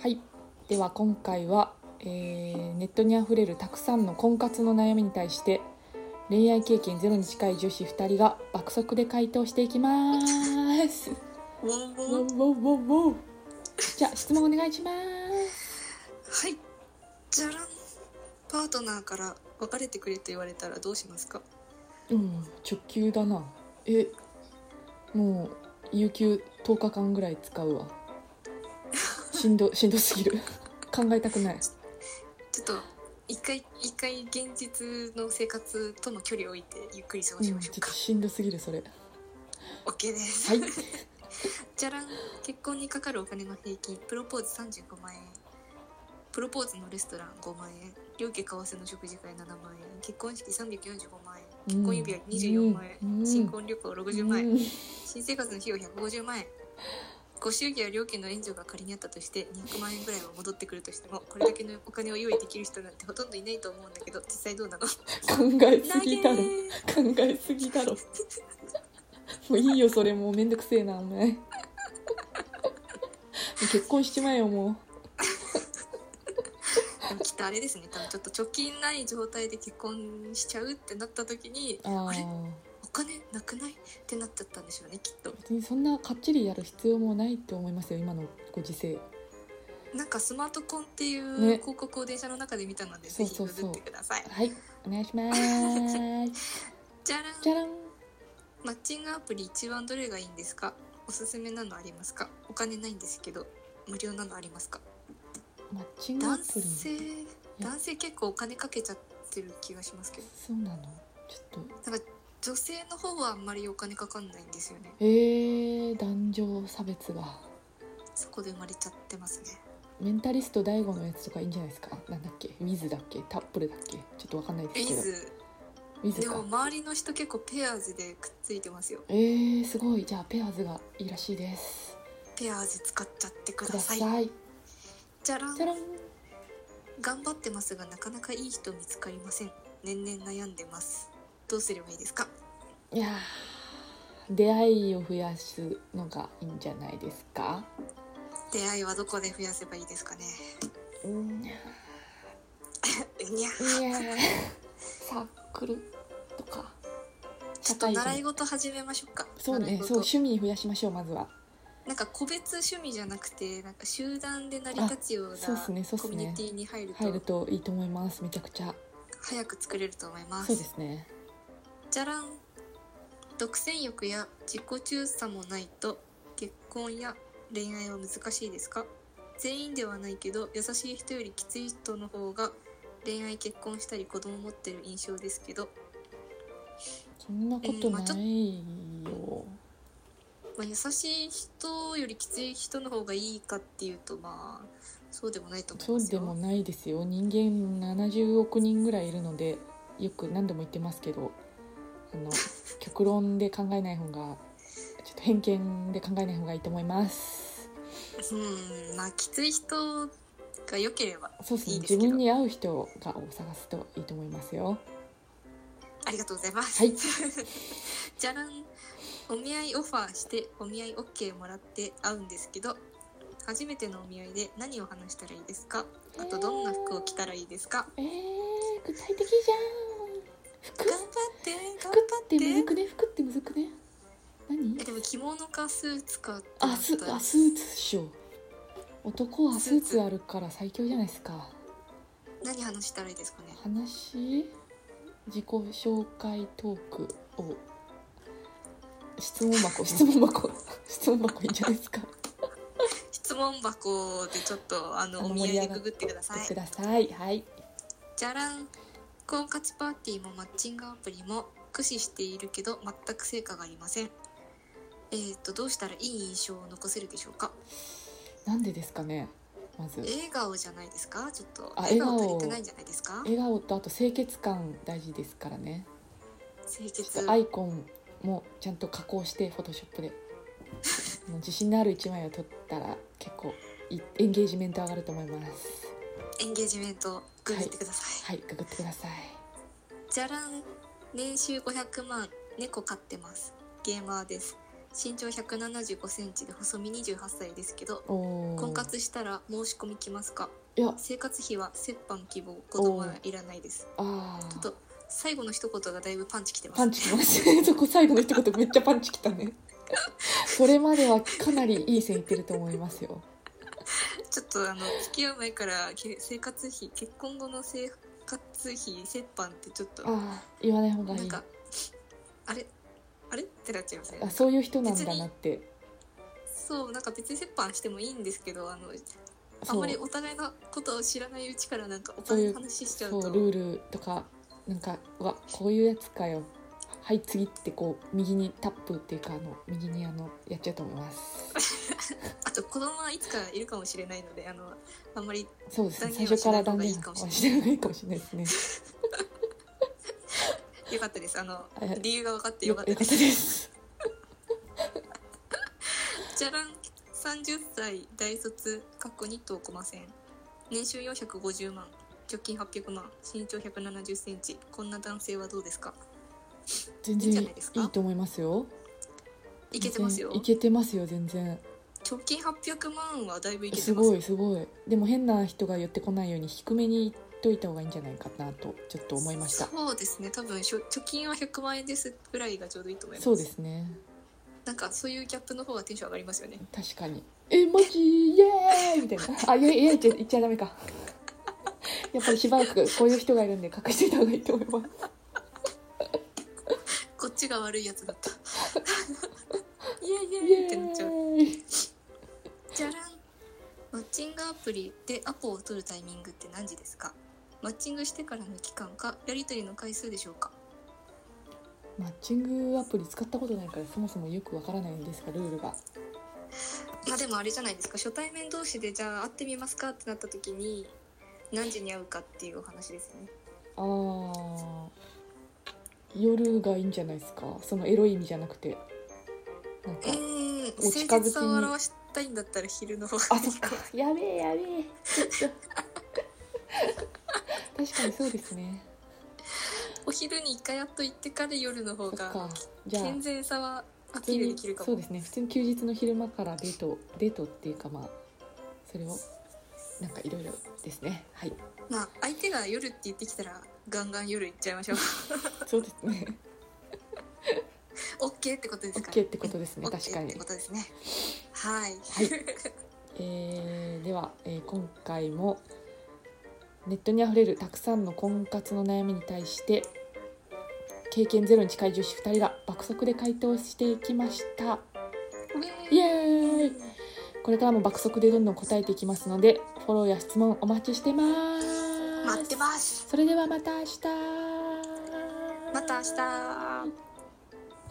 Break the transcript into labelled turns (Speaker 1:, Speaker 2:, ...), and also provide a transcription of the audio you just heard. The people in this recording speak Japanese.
Speaker 1: はいでは今回は、えーネットにあふれるたくさんの婚活の悩みに対して恋愛経験ゼロに近い女子2人が爆速で回答していきます
Speaker 2: わん
Speaker 1: ウォウ
Speaker 2: わん
Speaker 1: ウォウウォウウォウじゃあ質問お願いします
Speaker 2: はいじゃらんパートナーから別れてくれと言われたらどうしますか
Speaker 1: うん直球だなえもう有給10日間ぐらい使うわしん どしんどすぎる考えたくない
Speaker 2: ちょっと一回一回現実の生活との距離を置いてゆっくり過ごしましょ
Speaker 1: ちょ
Speaker 2: う
Speaker 1: っと
Speaker 2: か、
Speaker 1: しんどすぎるそれ
Speaker 2: オッ OK です、
Speaker 1: はい
Speaker 2: じゃらん結婚にかかるお金の平均プロポーズ35万円プロポーズのレストラン5万円両家為替の食事会7万円結婚式345万円結婚指輪24万円、
Speaker 1: うん
Speaker 2: 新婚旅行60万円、
Speaker 1: うん
Speaker 2: 新生活の費用150万円ご祝儀や料金の援助が仮にあったとして200万円ぐらいは戻ってくるとしてもこれだけのお金を用意できる人なんてほとんどいないと思うんだけど実際どうなの
Speaker 1: 考えすぎだろ
Speaker 2: 投
Speaker 1: 考えすぎだろもういいよそれもうめんどくせえなお前 もう結婚しちまえよも
Speaker 2: でもきっとあれですね多分ちょっと貯金ない状態で結婚しちゃうってなった時に
Speaker 1: うあ
Speaker 2: あれ
Speaker 1: あ
Speaker 2: お金なくないってなっちゃったんでしょうねきっと
Speaker 1: 別にそんなかっちりやる必要もないって思いますよ今のご時世
Speaker 2: なんかスマートコンっていう
Speaker 1: ね
Speaker 2: 広告を電車の中で見たので、ぜひ
Speaker 1: そう
Speaker 2: グ
Speaker 1: そうそう
Speaker 2: グってください
Speaker 1: はいお願いします
Speaker 2: じゃらん
Speaker 1: じゃらん
Speaker 2: マッチングアプリ一番どれがいいんですかおすすめなのありますかお金ないんですけど無料なのありますか
Speaker 1: マッチングア
Speaker 2: 男
Speaker 1: プリ
Speaker 2: 性男性結構お金かけちゃってる気がしますけど
Speaker 1: そうなのちょっと
Speaker 2: 女性の方はあんまりお金かかんないんですよね
Speaker 1: えー、男女差別が
Speaker 2: そこで生まれちゃってますね
Speaker 1: メンタリスト DAIGO のやつとかいいんじゃないですかなんだっけウィズだっけタップルだっけちょっとわかんないで
Speaker 2: ビ
Speaker 1: すけど
Speaker 2: ー
Speaker 1: ウ
Speaker 2: ズ
Speaker 1: ィズ
Speaker 2: で
Speaker 1: か
Speaker 2: も周りの人結構ペアーズでくっついてますよ
Speaker 1: えー、すごいじゃあペアーズがいいらしいです
Speaker 2: ペアーズ使っちゃってく
Speaker 1: く
Speaker 2: だ
Speaker 1: だ
Speaker 2: さ
Speaker 1: さ
Speaker 2: い
Speaker 1: い
Speaker 2: じゃらん
Speaker 1: じゃらん
Speaker 2: 頑張ってますがなかなかいい人見つかりません年々悩んでますどうすればいいですか
Speaker 1: いやー出会いを増やすのがいいんじゃないですか
Speaker 2: 出会いはどこで増やせばいいですかね
Speaker 1: うんいう
Speaker 2: にゃ
Speaker 1: やーサークルとか
Speaker 2: ちょっと習い事始めましょうか
Speaker 1: そう
Speaker 2: 習い
Speaker 1: ね
Speaker 2: 事
Speaker 1: そう趣味増やしましょうまずは
Speaker 2: なんか個別趣味じゃなくてなんか集団で成り立つような
Speaker 1: そうっすねそうっ
Speaker 2: コ
Speaker 1: す
Speaker 2: ミュニ
Speaker 1: ね
Speaker 2: ティに入る
Speaker 1: 入る
Speaker 2: と
Speaker 1: といいと思いますめちゃくちゃ
Speaker 2: 早く作れると思いま
Speaker 1: そう
Speaker 2: す。
Speaker 1: ですね
Speaker 2: じゃらん独占欲や自己中さもないと結婚や恋愛は難しいですか全員ではないけど優しい人よりきつい人の方が恋愛結婚したり子供持ってる印象ですけど、
Speaker 1: そんなこと
Speaker 2: うんまあちょ
Speaker 1: ないよ、
Speaker 2: まあ、優しい人よりきつい人の方がいいかっていうとまあそうでもないと思い
Speaker 1: そ
Speaker 2: ま
Speaker 1: う
Speaker 2: す
Speaker 1: で
Speaker 2: よ。
Speaker 1: もないですよ人間70億人ぐらいいるのでよく何度も言ってますけどあ の極論で考えない方がちょっと偏見で考えない方がいいと思います
Speaker 2: うんまあきつい人が良ければ
Speaker 1: そうですね
Speaker 2: いいですけ
Speaker 1: 自
Speaker 2: ど
Speaker 1: 分に合う人がを探すといいと思いますよ
Speaker 2: ありがとうございます。
Speaker 1: はい
Speaker 2: じゃらん。お見合いオファーして、お見合い OK もらって会うんですけど、初めてのお見合いで何を話したらいいですかあと、どんな服を着たらいいですか
Speaker 1: えー、具体的じゃん服
Speaker 2: 頑張って、頑
Speaker 1: 服ってむ
Speaker 2: 張
Speaker 1: ず
Speaker 2: って。
Speaker 1: くね服ってむずくね何
Speaker 2: え、でも着物かスーツかってな
Speaker 1: あ
Speaker 2: った
Speaker 1: ス
Speaker 2: ら
Speaker 1: あスーツっしょ男はスーツあるから最強じゃないですか
Speaker 2: 何話したらいいですかね
Speaker 1: 話自己紹介トークを質問 箱質問箱質問箱いいんじゃないですか
Speaker 2: 質問箱でちょっと、あ
Speaker 1: あ
Speaker 2: の、
Speaker 1: の
Speaker 2: お見合い
Speaker 1: 盛り上
Speaker 2: で
Speaker 1: がっ
Speaker 2: ググってくださ
Speaker 1: 言
Speaker 2: い
Speaker 1: ってく。ださいはい
Speaker 2: じゃらん婚活パーティーもマッチングアプリも駆使しているけど全く成果がありませんえー、とどうしたらいい印象を残せるでしょうか
Speaker 1: なんでですかねまず
Speaker 2: 笑顔じゃないですかちょっと
Speaker 1: あ
Speaker 2: 笑顔
Speaker 1: 笑
Speaker 2: 足
Speaker 1: 顔
Speaker 2: りてないんじゃないですか
Speaker 1: 笑顔とあと清潔感大事ですからね
Speaker 2: 清
Speaker 1: ちょっ
Speaker 2: 潔
Speaker 1: とアイコンもちゃんと加工してフォトショッ プであの自信のある一枚を撮ったら結構いエンゲージメント上がると思います
Speaker 2: エンゲージメントググってください、
Speaker 1: はい、ググってください。
Speaker 2: じゃらん年収500万猫飼ってますゲーマーです身長175センチで細身28歳ですけど
Speaker 1: おー
Speaker 2: 婚活したら申し込み来ますか
Speaker 1: いや
Speaker 2: 生活費は折半希望子供はいらないです
Speaker 1: あ
Speaker 2: ちょっ
Speaker 1: あ
Speaker 2: と最後の一言がだいぶパンチきてます
Speaker 1: パンチきます そこ最後の一言めっちゃパンチきたねそれまではかなりいい線いってると思いますよ
Speaker 2: ちょっとあの付き合う前からけ生活費結婚後の生活費折半ってちょっと
Speaker 1: ああ言わない方がい
Speaker 2: なん
Speaker 1: い
Speaker 2: かあれあれってなっちゃいますね
Speaker 1: あそういう人なんだなって
Speaker 2: そうなんか別に折半してもいいんですけどあのあん
Speaker 1: そ
Speaker 2: ま
Speaker 1: う
Speaker 2: りお互いのことを知らないうちからなんかお
Speaker 1: そうい
Speaker 2: 金
Speaker 1: う
Speaker 2: の話しちゃう
Speaker 1: そ
Speaker 2: と
Speaker 1: うルールとかなんかうわこういうやつかよはい次ってこう右にタップっていうかあの右にあのやっちゃうと思います
Speaker 2: あと子供はいつかいるかもしれないのであのあんまり
Speaker 1: そうですね最
Speaker 2: 断言は
Speaker 1: 初から
Speaker 2: しない方
Speaker 1: 断
Speaker 2: がい
Speaker 1: 言
Speaker 2: いか
Speaker 1: は
Speaker 2: もしれな
Speaker 1: しない
Speaker 2: い
Speaker 1: 方がいいかもしれないですね
Speaker 2: よかったですあの
Speaker 1: はい
Speaker 2: 理由が分かって
Speaker 1: よ
Speaker 2: よ
Speaker 1: か
Speaker 2: か
Speaker 1: っ
Speaker 2: ったた
Speaker 1: で
Speaker 2: です
Speaker 1: す
Speaker 2: じゃらん30歳大卒かっこ2等こません年収450万貯金800万身長1 7 0センチこんな男性はどうですか
Speaker 1: 全
Speaker 2: いいんじ
Speaker 1: 然
Speaker 2: ゃ
Speaker 1: い
Speaker 2: ないですか
Speaker 1: いと思いますよ
Speaker 2: いけてますよ
Speaker 1: 全然いけてますよ全然
Speaker 2: 貯金800万はだいぶいけて
Speaker 1: す
Speaker 2: ます
Speaker 1: ごいすごいでも変な人が寄ってこないように低めに言っといた方がいいんじゃないかなとちょっと思いました
Speaker 2: そうですね多分しょ貯金は100万円ですぐらいがちょうどいいと思います
Speaker 1: そうですね
Speaker 2: なんかそういうギャップの方がテンション上がりますよね
Speaker 1: 確かにえマジイエーイみたいなあいやいや言っちゃ言っちゃダメか やっぱりしばらくこういう人がいるんで隠していた方がいいと思い ます
Speaker 2: こっちが悪いやつだった イエイ
Speaker 1: イ
Speaker 2: イ
Speaker 1: エ
Speaker 2: エイってなっちゃう
Speaker 1: ーイ
Speaker 2: じゃらんマッチングアプリでアポを取るタイミングって何時ですかマッチングしてからの期間かやり取りの回数でしょうか
Speaker 1: マッチングアプリ使ったことないからそもそもよくわからないんですがルールが
Speaker 2: まあでもあれじゃないですか初対面同士でじゃあ会ってみますかってなった時に何時に会うかっていうお話ですよね
Speaker 1: あー夜がいいんじゃないですかそのエロい意味じゃなくてなんか
Speaker 2: うん
Speaker 1: お近づき
Speaker 2: 誠
Speaker 1: に
Speaker 2: 実さを表したいんだったら昼の方が
Speaker 1: あ
Speaker 2: い
Speaker 1: そ
Speaker 2: い
Speaker 1: っか やべえやべえちょっと確かにそうですね
Speaker 2: お昼に一回やっと行ってから夜の方
Speaker 1: そっ
Speaker 2: が
Speaker 1: かじゃあ
Speaker 2: 健全さはア
Speaker 1: 普通
Speaker 2: ピールで
Speaker 1: に
Speaker 2: きるか
Speaker 1: そう
Speaker 2: も
Speaker 1: ですね普通に休日の昼間からデートデートっていうかまあそれをなんかいろいろですねはい
Speaker 2: まあ相手が夜って言ってきたらガンガン夜行っちゃい ましょう
Speaker 1: そうですね
Speaker 2: OK ってことですか
Speaker 1: OK ってことですね
Speaker 2: オッケー
Speaker 1: 確か
Speaker 2: っ
Speaker 1: に
Speaker 2: てことですね。はい。
Speaker 1: いえーでは、えー今回もネットにあふれるたくさんの婚活の悩みに対して経験ゼロに近い女子2人が爆速で回答していきましたイエーイこれからも爆速でどんどん答えていきますのでフォローや質問お待ちしてます
Speaker 2: 待ってます。
Speaker 1: それではまた明日
Speaker 2: また明日。